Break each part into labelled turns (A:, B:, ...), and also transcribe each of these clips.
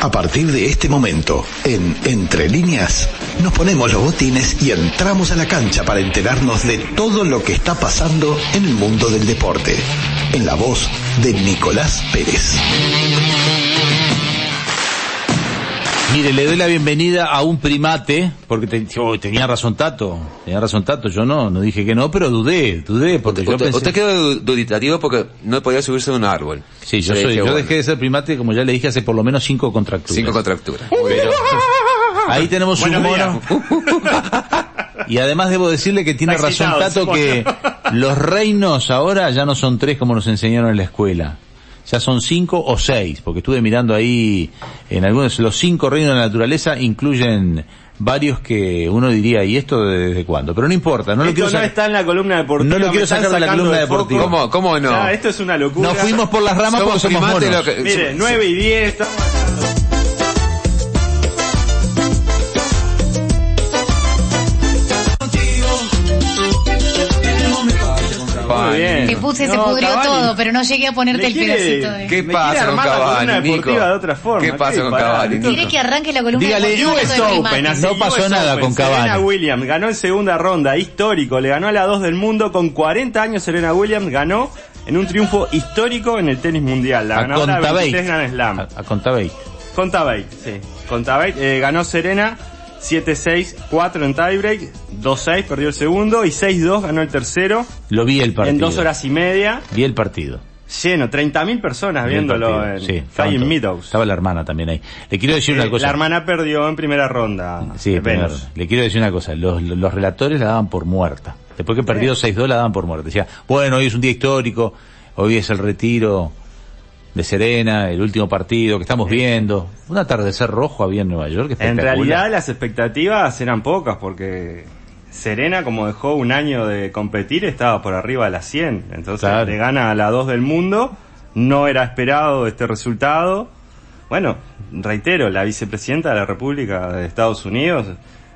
A: A partir de este momento, en Entre Líneas, nos ponemos los botines y entramos a la cancha para enterarnos de todo lo que está pasando en el mundo del deporte. En la voz de Nicolás Pérez.
B: Mire, le doy la bienvenida a un primate, porque te- oh, tenía razón Tato, tenía razón Tato, yo no, no dije que no, pero dudé, dudé, porque yo
C: usted,
B: pensé...
C: usted quedó du- duditativo porque no podía subirse a un árbol.
B: Sí, yo,
C: Le
B: soy,
C: dije,
B: yo
C: bueno,
B: dejé de ser primate, como ya le dije, hace por lo menos cinco contracturas.
C: Cinco contracturas.
D: Ah.
B: Ahí tenemos un
D: Buenos
B: mono. Y además debo decirle que tiene
D: Está
B: razón
D: excitado,
B: Tato
D: supongo.
B: que los reinos ahora ya no son tres como nos enseñaron en la escuela. Ya son cinco o seis, porque estuve mirando ahí en algunos, los cinco reinos de la naturaleza incluyen varios que uno diría, ¿y esto desde cuándo? Pero no importa, no lo
D: Esto
B: quiero
D: no
B: sacar.
D: está en la columna deportiva.
B: No lo
D: me
B: quiero
D: están
B: sacar de la
D: sacando
B: columna
D: de foco.
B: deportiva.
C: ¿Cómo, cómo no?
D: Ya, Ah, esto es una locura.
B: Nos fuimos por las ramas
C: Somos
B: porque somos
C: primates,
B: monos.
C: lo que-
D: Mire,
C: sí.
D: 9 y 10. estamos-
C: Juan,
D: Muy bien.
E: Te puse, se
D: No,
E: pudrió
D: Cavani.
E: todo, pero no llegué a ponerte
D: Me
E: el
D: quiere-
E: pedacito eh. de...
C: ¿Qué
D: Me
C: pasa
D: quiere
C: con
D: armar la columna
C: Cavani, Nico?
D: deportiva de otra forma.
C: ¿Qué pasa con
D: disparate.
C: Cavani,
D: Esto-
C: Nico?
E: Quiere que arranque la columna
B: Dígale,
E: deportiva
B: US
E: hablando de los
B: Open,
E: primates.
B: así. No
D: US
B: pasó nada con
D: Serena
B: Cavani.
D: Williams ganó en segunda ronda, histórico, le ganó a la 2 del mundo con 40 años Serena Williams ganó en un triunfo histórico en el tenis mundial, la
B: A
D: ganadora de 23 Grand
B: Contabate.
D: Slam.
B: A, a Contabate.
D: Con Tabay, sí. Con Tabay, eh, ganó Serena 7-6-4 en tiebreak, 2-6 perdió el segundo y 6-2 ganó el tercero
B: Lo vi el partido.
D: en dos horas y media.
B: Vi el partido.
D: Lleno, 30.000 personas
B: Vi el
D: viéndolo
B: partido.
D: en
B: Sí, estaban
D: Flying
B: todos.
D: Meadows.
B: Estaba la hermana también ahí. Le quiero decir una
D: Eh,
B: cosa.
D: La hermana perdió en primera ronda.
B: Sí,
D: de
B: primero,
D: Venus.
B: le quiero decir una cosa, los, los relatores la daban por muerta. Después que perdió 6-2 la daban por muerta. Decía, bueno, hoy es un día histórico, hoy es el retiro de Serena, el último partido que estamos viendo. Un atardecer rojo había en Nueva York.
D: En
B: espectacular.
D: realidad las expectativas eran pocas porque Serena, como dejó un año de competir, estaba por arriba de las 100. Entonces
B: Claro.
D: le gana a la 2 del mundo. No era esperado este resultado. Bueno, reitero, la vicepresidenta de la República de Estados Unidos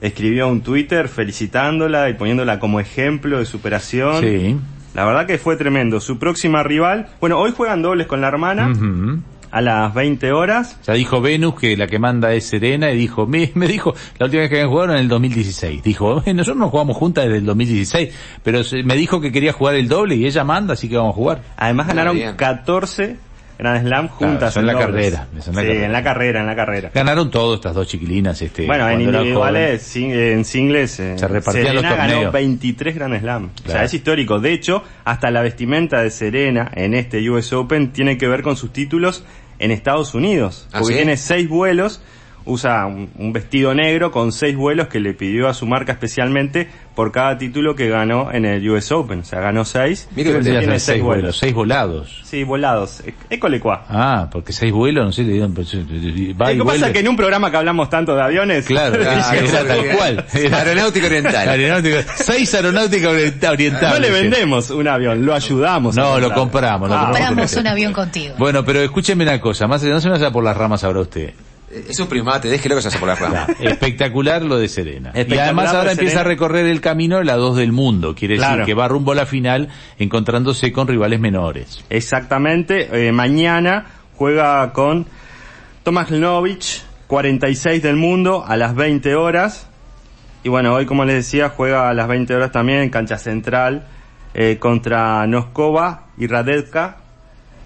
D: escribió un Twitter felicitándola y poniéndola como ejemplo de superación.
B: Sí.
D: La verdad que fue tremendo. Su próxima rival, bueno, hoy juegan dobles con la hermana
B: Ujú.
D: a las 20 horas.
B: Ya dijo Venus que la que manda es Serena y dijo, me, me dijo, la última vez que habían jugado era en el 2016. Dijo, "Eh, nosotros no jugamos juntas desde el 2016, pero se- me dijo que quería jugar el doble y ella manda, así que vamos a jugar.
D: Además
C: Ah,
D: ganaron
C: bien.
D: 14 Grand Slam juntas.
B: son la
D: dobles.
B: carrera, son la
D: sí,
B: carrera.
D: en la carrera, en la carrera.
B: Ganaron todos estas dos chiquilinas. Este,
D: bueno, en
B: cuando eran jóvenes.
D: individuales, sin- en singles, eh,
B: Se repartían
D: Serena
B: los torneos.
D: ganó 23 Grand Slam. O sea,
B: Claro.
D: es histórico. De hecho, hasta la vestimenta de Serena en este US Open tiene que ver con sus títulos en Estados Unidos.
C: ¿Ah,
D: Porque
C: sí?
D: tiene seis vuelos, usa un, un vestido negro con seis vuelos que le pidió a su marca especialmente por cada título que ganó en el US Open. O sea, ganó seis.
C: Mire que
B: Creo que
C: tiene
B: tenían
D: seis
B: seis, vuelos.
D: vuelos.
B: seis volados.
D: Sí, volados. E- École quoi.
B: Ah, porque seis vuelos, no sé, le dieron... pero se- Va
D: Lo
B: y
D: que pasa
B: vuelve.
D: es que en un programa que hablamos tanto de aviones,
B: Claro,
C: Ah,
B: era
C: claro,
B: tal
C: bien.
B: cual. Era-
C: Aeronáutica oriental.
B: Aeronáutica- seis aeronáuticas orient- orientales.
D: no le
B: decía.
D: vendemos un avión, lo ayudamos. a
B: No, lo
D: comprar.
B: compramos, lo
D: Ah,
B: compramos.
E: Compramos un avión contigo.
B: Bueno, pero escúcheme una cosa, más allá- no se me vaya por las ramas ahora usted.
C: Es un primate, déjelo que se hace por la rama.
B: Espectacular lo de Serena. Y
D: Espectacular
B: además
D: lo
B: ahora
D: de
B: empieza a
D: Serena.
B: recorrer el camino de la dos del mundo, quiere decir
D: Claro.
B: que va rumbo a la final encontrándose con rivales menores.
D: Exactamente, eh, mañana juega con Tomás Novich, 46 del mundo, a las 20 horas. Y bueno, hoy como les decía, juega a las 20 horas también en cancha central eh, contra Noskova y Radelka.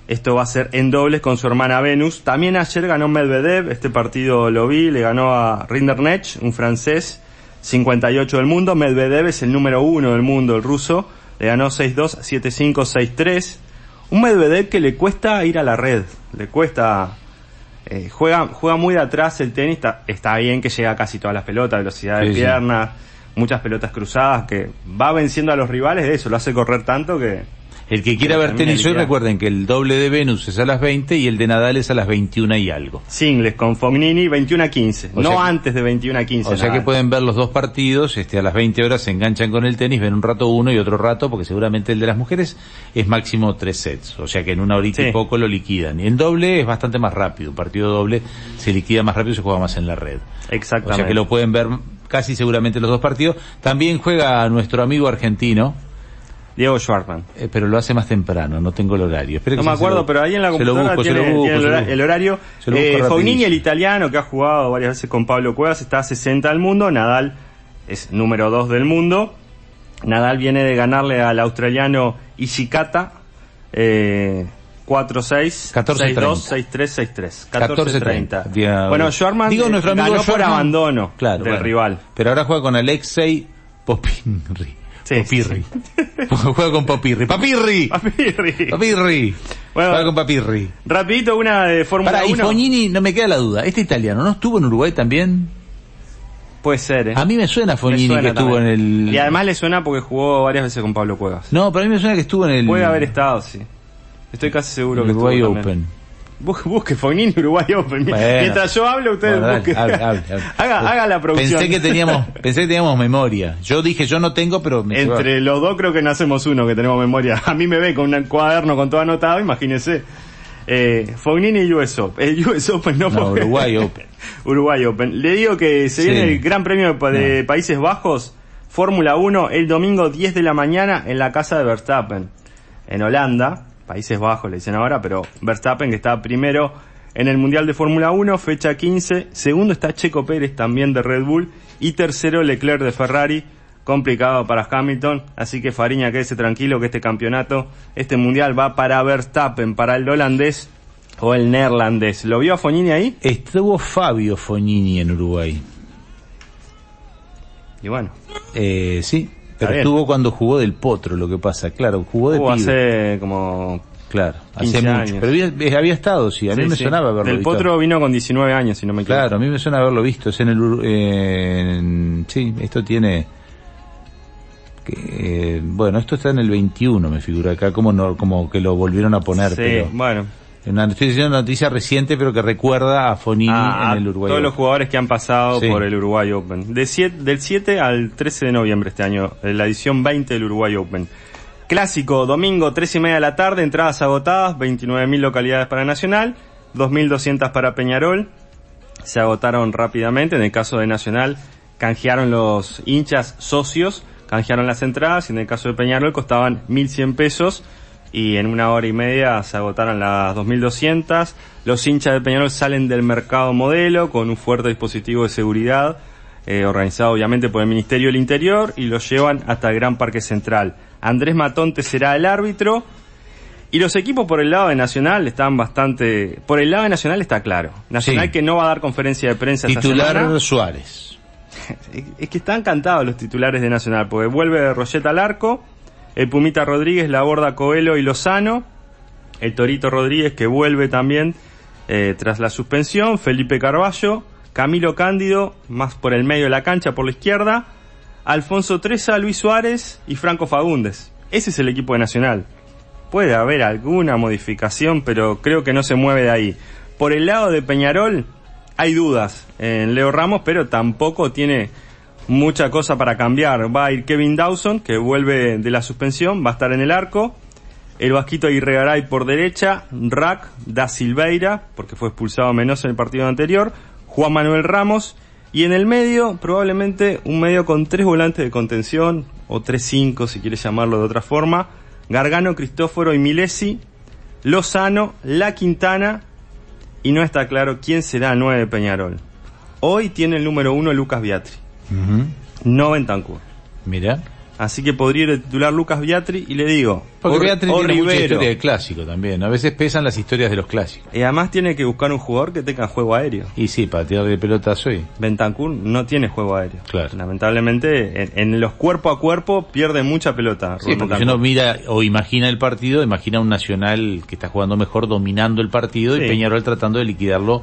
D: Esto va a ser en dobles con su hermana Venus. También ayer ganó Medvedev, este partido lo vi, le ganó a Rindernech, un francés, 58 del mundo. Medvedev es el número uno del mundo, el ruso. Le ganó 6-2, 7-5, 6-3. Un Medvedev que le cuesta ir a la red, le cuesta... eh, juega, juega muy de atrás el tenis, está, está bien que llega a casi todas las pelotas, velocidad de
B: Sí, sí.
D: piernas, muchas pelotas cruzadas, que va venciendo a los rivales de eso, lo hace correr tanto que...
B: El que quiera
D: Pero
B: ver
D: también
B: tenis hoy,
D: habilidad.
B: recuerden que el doble de Venus es a las 20 y el de Nadal es a las 21 y algo.
D: Singles con Fognini 21 a 15.
B: O sea
D: no
B: que-
D: antes de 21 a 15.
B: O sea
D: nada.
B: que pueden ver los dos partidos, este, a las 20 horas se enganchan con el tenis, ven un rato uno y otro rato, porque seguramente el de las mujeres es máximo tres sets. O sea que en una horita y
D: Sí.
B: poco lo liquidan. Y el doble es bastante más rápido, un partido doble se liquida más rápido y se juega más en la red. O
D: Exactamente.
B: sea que lo pueden ver casi seguramente los dos partidos. También juega nuestro amigo argentino,
D: Diego Schwartzman.
B: Eh, pero lo hace más temprano, no tengo el horario. Espera
D: No
B: que
D: me
B: se- se
D: acuerdo,
B: lo-
D: pero ahí en la
B: se lo
D: computadora
B: busco, se
D: tiene,
B: lo busco,
D: tiene el,
B: se lo
D: hora-
B: busco.
D: el horario.
B: Se lo busco
D: Eh, Fognini,
B: rapidísimo.
D: el italiano, que ha jugado varias veces con Pablo Cuevas, está a 60 al mundo. Nadal es número 2 del mundo. Nadal viene de ganarle al australiano Ishikata eh, 4-6,
B: 14-30.
D: 6-2, 6-3, 6-3. 14-30.
B: Día-
D: Bueno, Schwartzman eh,
B: Digo, nuestro amigo
D: ganó por
B: Schwartzman-
D: abandono
B: Claro,
D: del
B: bueno.
D: rival.
B: Pero ahora juega con Alexei Popirri.
D: Sí,
B: Popirri. juega con Popirri. ¡Papirri!
D: Papirri.
B: ¡Papirri!
D: Bueno.
B: juega con Papirri.
D: Rapidito una de Fórmula
B: Para, y
D: 1.
B: Fognini, no me queda la duda. ¿Este italiano no estuvo en Uruguay también?
D: Puede ser, ¿eh?
B: A mí me suena
D: Le
B: Fognini
D: suena
B: que estuvo
D: también.
B: en el...
D: Y además le suena porque jugó varias veces con Pablo Cuevas.
B: No, pero a mí me suena que estuvo en el...
D: Puede haber estado, sí. Estoy casi seguro que
B: Uruguay
D: estuvo
B: Open.
D: también. Bu- Busque Fognini Uruguay Open.
B: Bueno.
D: Mientras yo hablo, ustedes
B: Bueno, dale,
D: busquen.
B: hable, hable, hable. Pues
D: haga, haga la producción.
B: Pensé que teníamos, pensé que teníamos memoria. Yo dije, yo no tengo, pero me
D: Entre los dos creo que no hacemos uno, que tenemos memoria. A mí me ve con un cuaderno con todo anotado, imagínese. Eh, Fognini y US Open. El US Open no,
B: No,
D: porque-
B: Uruguay Open.
D: Uruguay Open. Le digo que se
B: Sí.
D: viene el Gran Premio de, Pa- de Países Bajos, Fórmula 1, el domingo 10 de la mañana en la casa de Verstappen, en Holanda. Países Bajos le dicen ahora, pero Verstappen que está primero en el Mundial de Fórmula 1, fecha 15. Segundo está Checo Pérez también de Red Bull. Y tercero Leclerc de Ferrari. Complicado para Hamilton. Así que Fariña, quédese tranquilo que este campeonato, este Mundial va para Verstappen, para el holandés o el neerlandés. ¿Lo vio a Fognini ahí?
B: Estuvo Fabio Fognini en Uruguay.
D: Y bueno,
B: Eh, sí, pero
D: bien.
B: estuvo cuando jugó del potro, lo que pasa, claro, jugó de
D: hubo
B: pibe.
D: hace como...
B: claro, hace
D: 15
B: mucho.
D: años.
B: Pero eh, había, había estado, sí, a mí
D: Sí,
B: me
D: sí.
B: sonaba haberlo
D: Del
B: visto.
D: Potro vino con 19 años, si no me equivoco.
B: Claro, a mí me suena haberlo visto, es en el Ur- en- sí, esto tiene que, eh, bueno, esto está en el 21, me figura acá, como no, como que lo volvieron a poner,
D: Sí,
B: pero
D: bueno.
B: una, estoy diciendo una noticia reciente, pero que recuerda a Fonini
D: A, a
B: en el Uruguay.
D: Ah, todos los jugadores que han pasado
B: Sí.
D: por el Uruguay Open. De siete- del 7 al 13 de noviembre este año, eh, la edición 20 del Uruguay Open. Clásico, domingo 3 y media de la tarde, entradas agotadas, 29.000 localidades para Nacional, 2.200 para Peñarol, se agotaron rápidamente. En el caso de Nacional, canjearon los hinchas socios, canjearon las entradas y en el caso de Peñarol costaban 1.100 pesos y en una hora y media se agotaron las 2.200. Los hinchas de Peñarol salen del mercado modelo con un fuerte dispositivo de seguridad eh, organizado obviamente por el Ministerio del Interior y los llevan hasta el Gran Parque Central. Andrés Matonte será el árbitro. Y los equipos por el lado de Nacional están bastante... Por el lado de Nacional está claro. Nacional
B: Sí.
D: que no va a dar conferencia de prensa esta semana.
B: Titular Suárez.
D: Es que están cantados los titulares de Nacional, porque vuelve Roget al arco, el Pumita Rodríguez, la borda Coelho y Lozano, el Torito Rodríguez que vuelve también eh, tras la suspensión, Felipe Carballo, Camilo Cándido, más por el medio de la cancha, por la izquierda, Alfonso Treza, Luis Suárez y Franco Fagundes. Ese es el equipo de Nacional. Puede haber alguna modificación, pero creo que no se mueve de ahí. Por el lado de Peñarol, hay dudas en Leo Ramos, pero tampoco tiene mucha cosa para cambiar. Va a ir Kevin Dawson, que vuelve de la suspensión, va a estar en el arco. El Vasquito Irregaray por derecha, Rack, Da Silveira, porque fue expulsado Menos en el partido anterior, Juan Manuel Ramos, y en el medio, probablemente un medio con tres volantes de contención, o tres cinco si quieres llamarlo de otra forma, Gargano, Cristóforo y Milesi, Lozano, La Quintana, y no está claro quién será el 9 de Peñarol. Hoy tiene el número uno Lucas Biatri, no Bentancur.
B: Mira.
D: Así que podría ir el titular Lucas Biatri y le digo,
B: Porque
D: Or-
B: Beatriz
D: o
B: tiene mucha
D: Rivero.
B: historia de clásico también. A veces pesan las historias de los clásicos.
D: Y además tiene que buscar un jugador que tenga juego aéreo.
B: Y sí, para tirar de pelota soy.
D: Bentancur no tiene juego aéreo.
B: Claro.
D: Lamentablemente, en, en los cuerpo a cuerpo pierde mucha pelota.
B: Sí,
D: Rubén
B: porque si uno
D: Bentancur.
B: mira o imagina el partido, imagina un Nacional que está jugando mejor dominando el partido
D: Sí.
B: y Peñarol tratando de liquidarlo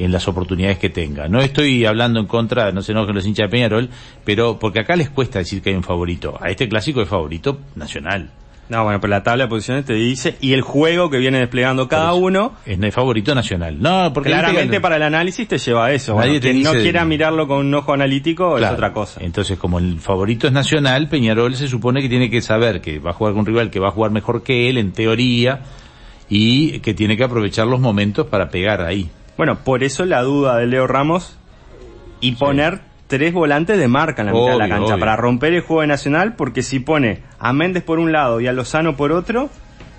B: en las oportunidades que tenga. No estoy hablando en contra, no se enojen los hinchas de Peñarol, pero porque acá les cuesta decir que hay un favorito. A este clásico es favorito nacional.
D: No, bueno, pero la tabla de posiciones te dice, y el juego que viene desplegando cada
B: Por eso.
D: uno,
B: Es el favorito nacional. No, porque
D: claramente para el análisis te lleva a eso.
B: Nadie
D: Bueno,
B: te
D: quien no
B: dice-
D: quiera mirarlo con un ojo analítico
B: Claro.
D: es otra cosa.
B: Entonces, como el favorito es Nacional, Peñarol se supone que tiene que saber que va a jugar con un rival que va a jugar mejor que él, en teoría, y que tiene que aprovechar los momentos para pegar ahí.
D: Bueno, por eso la duda de Leo Ramos y poner tres volantes de marca en la mitad de la
B: Obvio,
D: cancha
B: obvio.
D: para romper el juego de Nacional, porque si pone a Méndez por un lado y a Lozano por otro,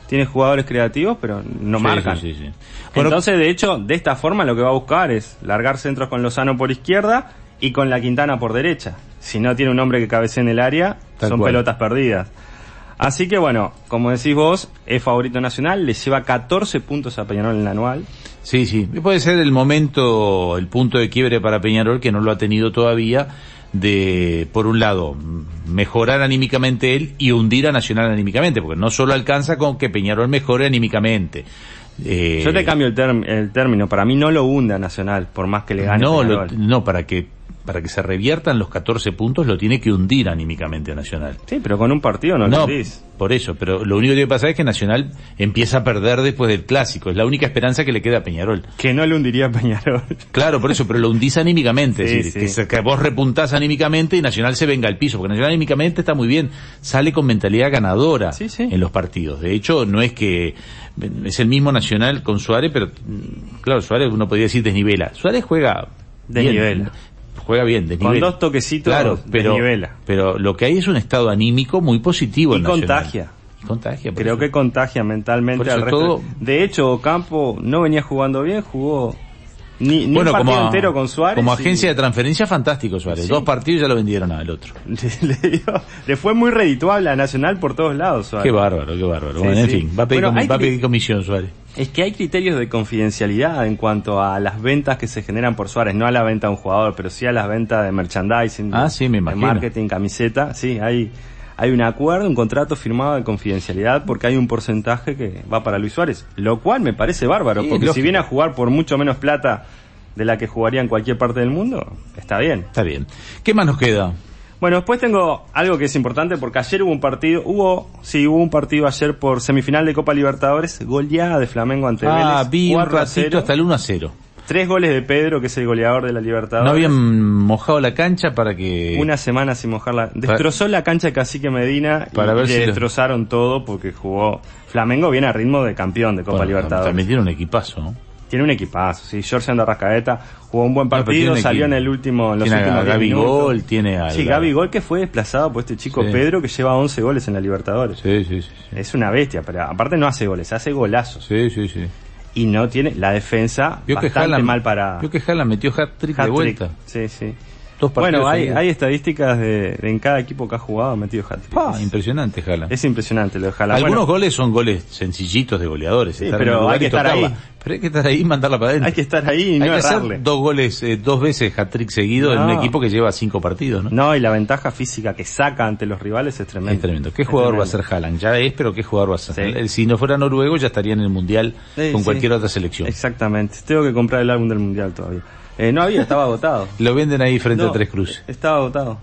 D: tiene jugadores creativos, pero no
B: Sí,
D: marcan.
B: sí, sí, sí. Bueno,
D: Entonces, de hecho, de esta forma lo que va a buscar es largar centros con Lozano por izquierda y con la Quintana por derecha. Si no tiene un hombre que cabecee en el área,
B: Tal
D: son
B: cual.
D: pelotas perdidas. Así que bueno, como decís vos, es favorito nacional, le lleva 14 puntos a Peñarol en el anual.
B: Sí, sí. Y Puede ser el momento, el punto de quiebre para Peñarol, que no lo ha tenido todavía, de, por un lado, mejorar anímicamente él y hundir a Nacional anímicamente, porque no solo alcanza con que Peñarol mejore anímicamente. Eh,
D: Yo te cambio el, term- el término, para mí no lo hunda Nacional, por más que le gane.
B: No, lo-
D: Peñarol.
B: no, para que, para que se reviertan los 14 puntos lo tiene que hundir anímicamente a Nacional.
D: Sí, pero con un partido no, lo
B: No,
D: decís.
B: por eso, pero lo único que pasa es que Nacional empieza a perder después del clásico, es la única esperanza que le queda a Peñarol.
D: Que no lo hundiría a Peñarol.
B: Claro, por eso, pero lo hundís anímicamente. es
D: Sí,
B: decir,
D: sí.
B: que se- Que, vos repuntás anímicamente y Nacional se venga al piso. Porque Nacional anímicamente está muy bien. Sale con mentalidad ganadora
D: Sí, sí.
B: en los partidos. De hecho, no es que... Es el mismo Nacional con Suárez, pero... mm, Claro, Suárez uno podría decir desnivela. Suárez juega... bien,
D: Desnivela.
B: Juega bien, desnivela.
D: dos toquecitos,
B: claro, pero,
D: desnivela.
B: Pero lo que hay es un estado anímico muy positivo
D: Y
B: en Nacional.
D: contagia.
B: Y contagia. por
D: Creo
B: eso.
D: que contagia mentalmente
B: Por eso
D: al resto.
B: todo-
D: De hecho, Ocampo no venía jugando bien, jugó ni, ni un partido
B: a-
D: entero con Suárez.
B: como
D: y-
B: agencia de transferencia, fantástico Suárez. Dos partidos ya lo vendieron al otro.
D: le, le dio- le fue muy redituable a Nacional por todos lados, Suárez.
B: Qué bárbaro, qué bárbaro.
D: Sí,
B: bueno, en
D: sí.
B: fin, va a, pedir
D: Bueno,
B: comi-
D: hay
B: va a
D: que-
B: pedir comisión Suárez.
D: Es que hay criterios de confidencialidad en cuanto a las ventas que se generan por Suárez, no a la venta de un jugador, pero sí a las ventas de merchandising,
B: Ah,
D: de-
B: sí, me
D: de
B: imagino.
D: marketing, camiseta, sí, hay hay un acuerdo, un contrato firmado de confidencialidad porque hay un porcentaje que va para Luis Suárez, lo cual me parece bárbaro,
B: Sí,
D: porque si
B: lógico.
D: viene a jugar por mucho menos plata de la que jugaría en cualquier parte del mundo, está bien.
B: Está bien. ¿Qué más nos queda?
D: Bueno, después tengo algo que es importante porque ayer hubo un partido, hubo, sí, hubo un partido ayer por semifinal de Copa Libertadores, goleada de Flamengo ante
B: Ah,
D: Vélez.
B: vi un
D: 4 a 0.
B: ratito hasta el 1 a 0.
D: Tres goles de Pedro, que es el goleador de la
B: No
D: Libertadores.
B: habían mojado la cancha para que...
D: Una semana sin mojarla. Destrozó la cancha de Cacique Medina
B: Para
D: y
B: ver
D: le
B: si lo-
D: destrozaron todo porque jugó. Flamengo viene a ritmo de campeón de Copa
B: Bueno,
D: Libertadores.
B: También tiene un equipazo, ¿no?
D: Tiene un equipazo, sí. Jorge Andarrascaeta jugó un buen
B: pero
D: partido,
B: tiene equipo.
D: salió en el último, en los
B: Tiene a
D: últimos diez
B: Gabigol,
D: minutos.
B: tiene a-
D: Sí, Gabigol que fue desplazado por este chico
B: Sí.
D: Pedro que lleva 11 goles en la Libertadores.
B: Sí, sí, sí.
D: Es una bestia, pero aparte no hace goles, hace golazos.
B: Sí, sí, sí.
D: Y no tiene la defensa
B: Vio que
D: bastante
B: Haaland,
D: mal parada.
B: Vio que Haaland metió hat-trick de
D: Hat-trick.
B: vuelta.
D: Sí, sí.
B: Dos partidos
D: Bueno, hay,
B: seguidos.
D: hay estadísticas de, de en cada equipo que ha jugado ha metido hat-trick.
B: Ah, impresionante Haaland.
D: Es impresionante lo de Haaland.
B: Algunos
D: Bueno,
B: goles son goles sencillitos de goleadores.
D: Sí,
B: estar en
D: pero
B: el lugar
D: hay que
B: y
D: estar
B: tocarla.
D: ahí.
B: Pero hay que estar ahí y mandarla para adentro.
D: hay que estar ahí y no
B: Hay que
D: errarle.
B: hacer dos goles, eh, dos veces hat-trick seguido en un
D: No.
B: equipo que lleva cinco partidos, ¿no?
D: No, y la ventaja física que saca ante los rivales es tremenda.
B: Es tremendo. ¿Qué jugador va a ser Haaland? Ya es, pero ¿qué jugador va a ser?
D: Sí.
B: Eh, Si no fuera noruego ya estaría en el Mundial
D: Sí,
B: con
D: sí.
B: cualquier otra selección.
D: Exactamente. Tengo que comprar el álbum del mundial todavía. Eh, no había, estaba agotado.
B: Lo venden ahí frente
D: No,
B: a Tres Cruces.
D: Estaba agotado.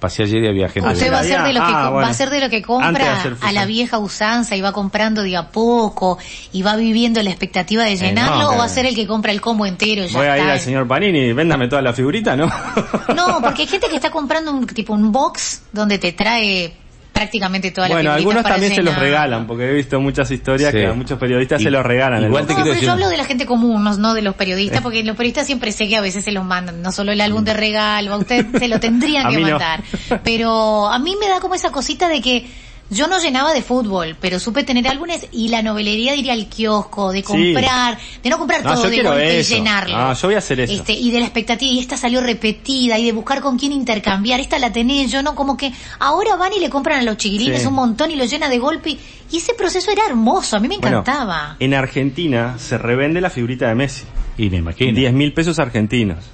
B: Pasé ayer y había gente.
E: Usted va a
B: vendida.
E: ser de lo que,
D: Ah,
E: co-
D: bueno.
E: va a ser de lo que
D: Antes de
E: compra
D: hacer fusión.
E: a la vieja usanza y va comprando de a poco y va viviendo la expectativa de llenarlo
D: Eh, no,
E: o va a
D: no.
E: ser el que compra el combo entero y ya
D: Voy a
E: está. eh.
D: ir al señor Panini, véndame toda la figurita, ¿no?
E: No, porque hay gente que está comprando un tipo un box donde te trae prácticamente todas las
D: bueno,
E: figuritas
D: algunos
E: para
D: también se los
E: llenar.
D: regalan, porque he visto muchas historias
B: Sí.
D: que a muchos periodistas
B: Y-
D: se los regalan. el
B: igual te
E: No,
B: quiero
D: box.
E: pero
B: decir-
E: yo hablo de la gente común, no, no de los periodistas,
D: Eh.
E: porque los periodistas siempre sé que a veces se los mandan, no solo el álbum de regalo, a usted se lo
D: A
E: tendrían que
D: mí no.
E: mandar. Pero a mí me da como esa cosita de que yo no llenaba de fútbol, pero supe tener álbumes y la novelería de ir al kiosco, de
D: Sí.
E: comprar, de no comprar
D: No,
E: todo,
D: yo
E: de
D: quiero
E: golpe y
D: eso.
E: llenarlo.
D: No, yo voy a hacer eso.
E: Este, y de la expectativa, y esta salió repetida, y de buscar con quién intercambiar, esta la tenés, yo no, como que ahora van y le compran a los chiquilines
D: Sí.
E: un montón y lo llena de golpe, y, y ese proceso era hermoso, a mí me
D: Bueno, eh,
E: encantaba.
D: en Argentina se revende la figurita de Messi.
B: Y me imagino.
D: 10 mil pesos argentinos.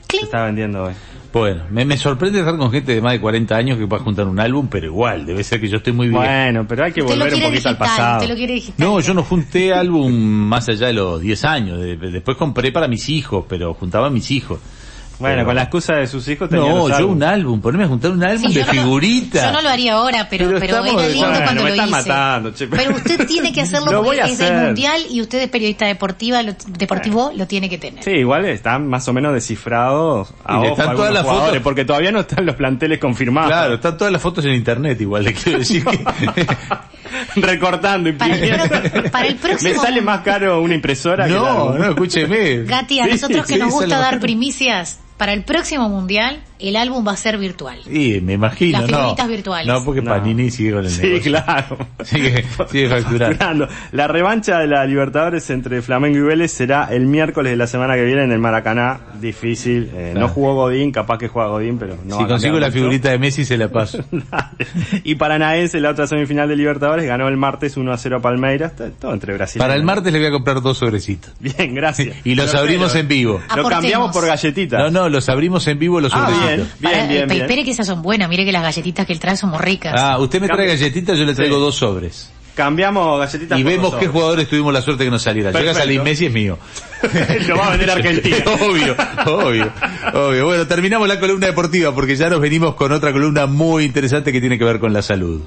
D: Se
E: Cling.
D: está vendiendo hoy.
B: Bueno, me, me sorprende estar con gente de más de 40 años que va a juntar un álbum, pero igual, debe ser que yo estoy muy bien.
D: Bueno, pero hay que
E: Usted lo
D: volver un
E: quiere
D: poquito
E: digital,
D: al pasado.
E: usted lo quiere digital.
B: No, yo no junté álbum más allá de los 10 años. De- después compré para mis hijos, pero juntaba a mis hijos.
D: Bueno,
B: Pero-
D: con la excusa de sus hijos tenía
B: No,
D: los
B: yo un
D: álbumes.
B: álbum, poneme a juntar un álbum
E: Sí,
B: de
E: yo no lo-
B: figuritas.
E: yo no lo haría ahora, pero,
B: Pero
E: pero,
B: estamos-
E: era lindo
B: bueno,
E: cuando
D: me
E: lo
D: están
E: hice.
D: matando, che.
E: Pero usted tiene que hacerlo
D: Lo voy
E: porque
D: a
E: es
D: hacer.
E: el mundial y usted es periodista deportiva, lo- deportivo, lo tiene que tener.
D: Sí, igual están más o menos descifrados a
B: Y le
D: ojo
B: están
D: algunos
B: todas las
D: jugadores,
B: fotos.
D: porque todavía no están los planteles confirmados.
B: Claro, están todas las fotos en internet igual, le quiero decir que...
D: Recortando y
E: Para el pro- para el
D: Me
E: próximo-
D: sale más caro una impresora que el
B: no,
D: álbum.
B: no, escúcheme.
E: Gati, a
D: Sí,
E: nosotros que
B: sí, esa
E: nos
B: es
E: gusta
B: la
E: dar
B: mejor.
E: primicias, para el próximo mundial el álbum va a ser virtual.
B: Y me imagino,
E: Las
B: no.
E: figuritas virtuales.
B: No, porque
D: No.
B: Panini sigue con el
D: Sí,
B: negocio.
D: claro.
B: Sigue, sigue facturando.
D: Fernando, La revancha de la Libertadores entre Flamengo y Vélez será el miércoles de la semana que viene en el Maracaná. Difícil. eh,
B: Claro.
D: No jugó Godín, capaz que juega Godín, pero no. va
B: si
D: a
B: consigo
D: cambiar
B: la
D: mucho.
B: figurita de Messi se la paso.
D: y Paranaense, la otra semifinal de Libertadores, ganó el martes 1 a 0 a Palmeiras. Está Todo entre Brasil.
B: Para el martes le voy a comprar dos sobrecitos.
D: Bien, gracias.
B: Y los
D: Pero
B: abrimos
D: pero,
B: en vivo.
D: Lo
E: Aportemos.
D: cambiamos por galletitas.
B: No, no, los abrimos en vivo los
D: Ah, bien,
B: sobrecitos.
D: bien,
E: Pará,
D: bien,
E: eh, pe-
D: bien.
E: Espere que esas son buenas, mire que las galletitas que él trae son muy ricas.
B: Ah, usted me trae
D: Cambio.
B: galletitas, yo le traigo
D: Sí.
B: dos sobres.
D: Cambiamos galletitas
B: Y
D: por
B: vemos qué
D: nosotros.
B: jugadores tuvimos la suerte que nos saliera. Llega
D: Perfecto.
B: Salim Messi es mío.
D: Lo va a vender Argentina.
B: obvio, obvio, obvio. Bueno, terminamos la columna deportiva porque ya nos venimos con otra columna muy interesante que tiene que ver con la salud.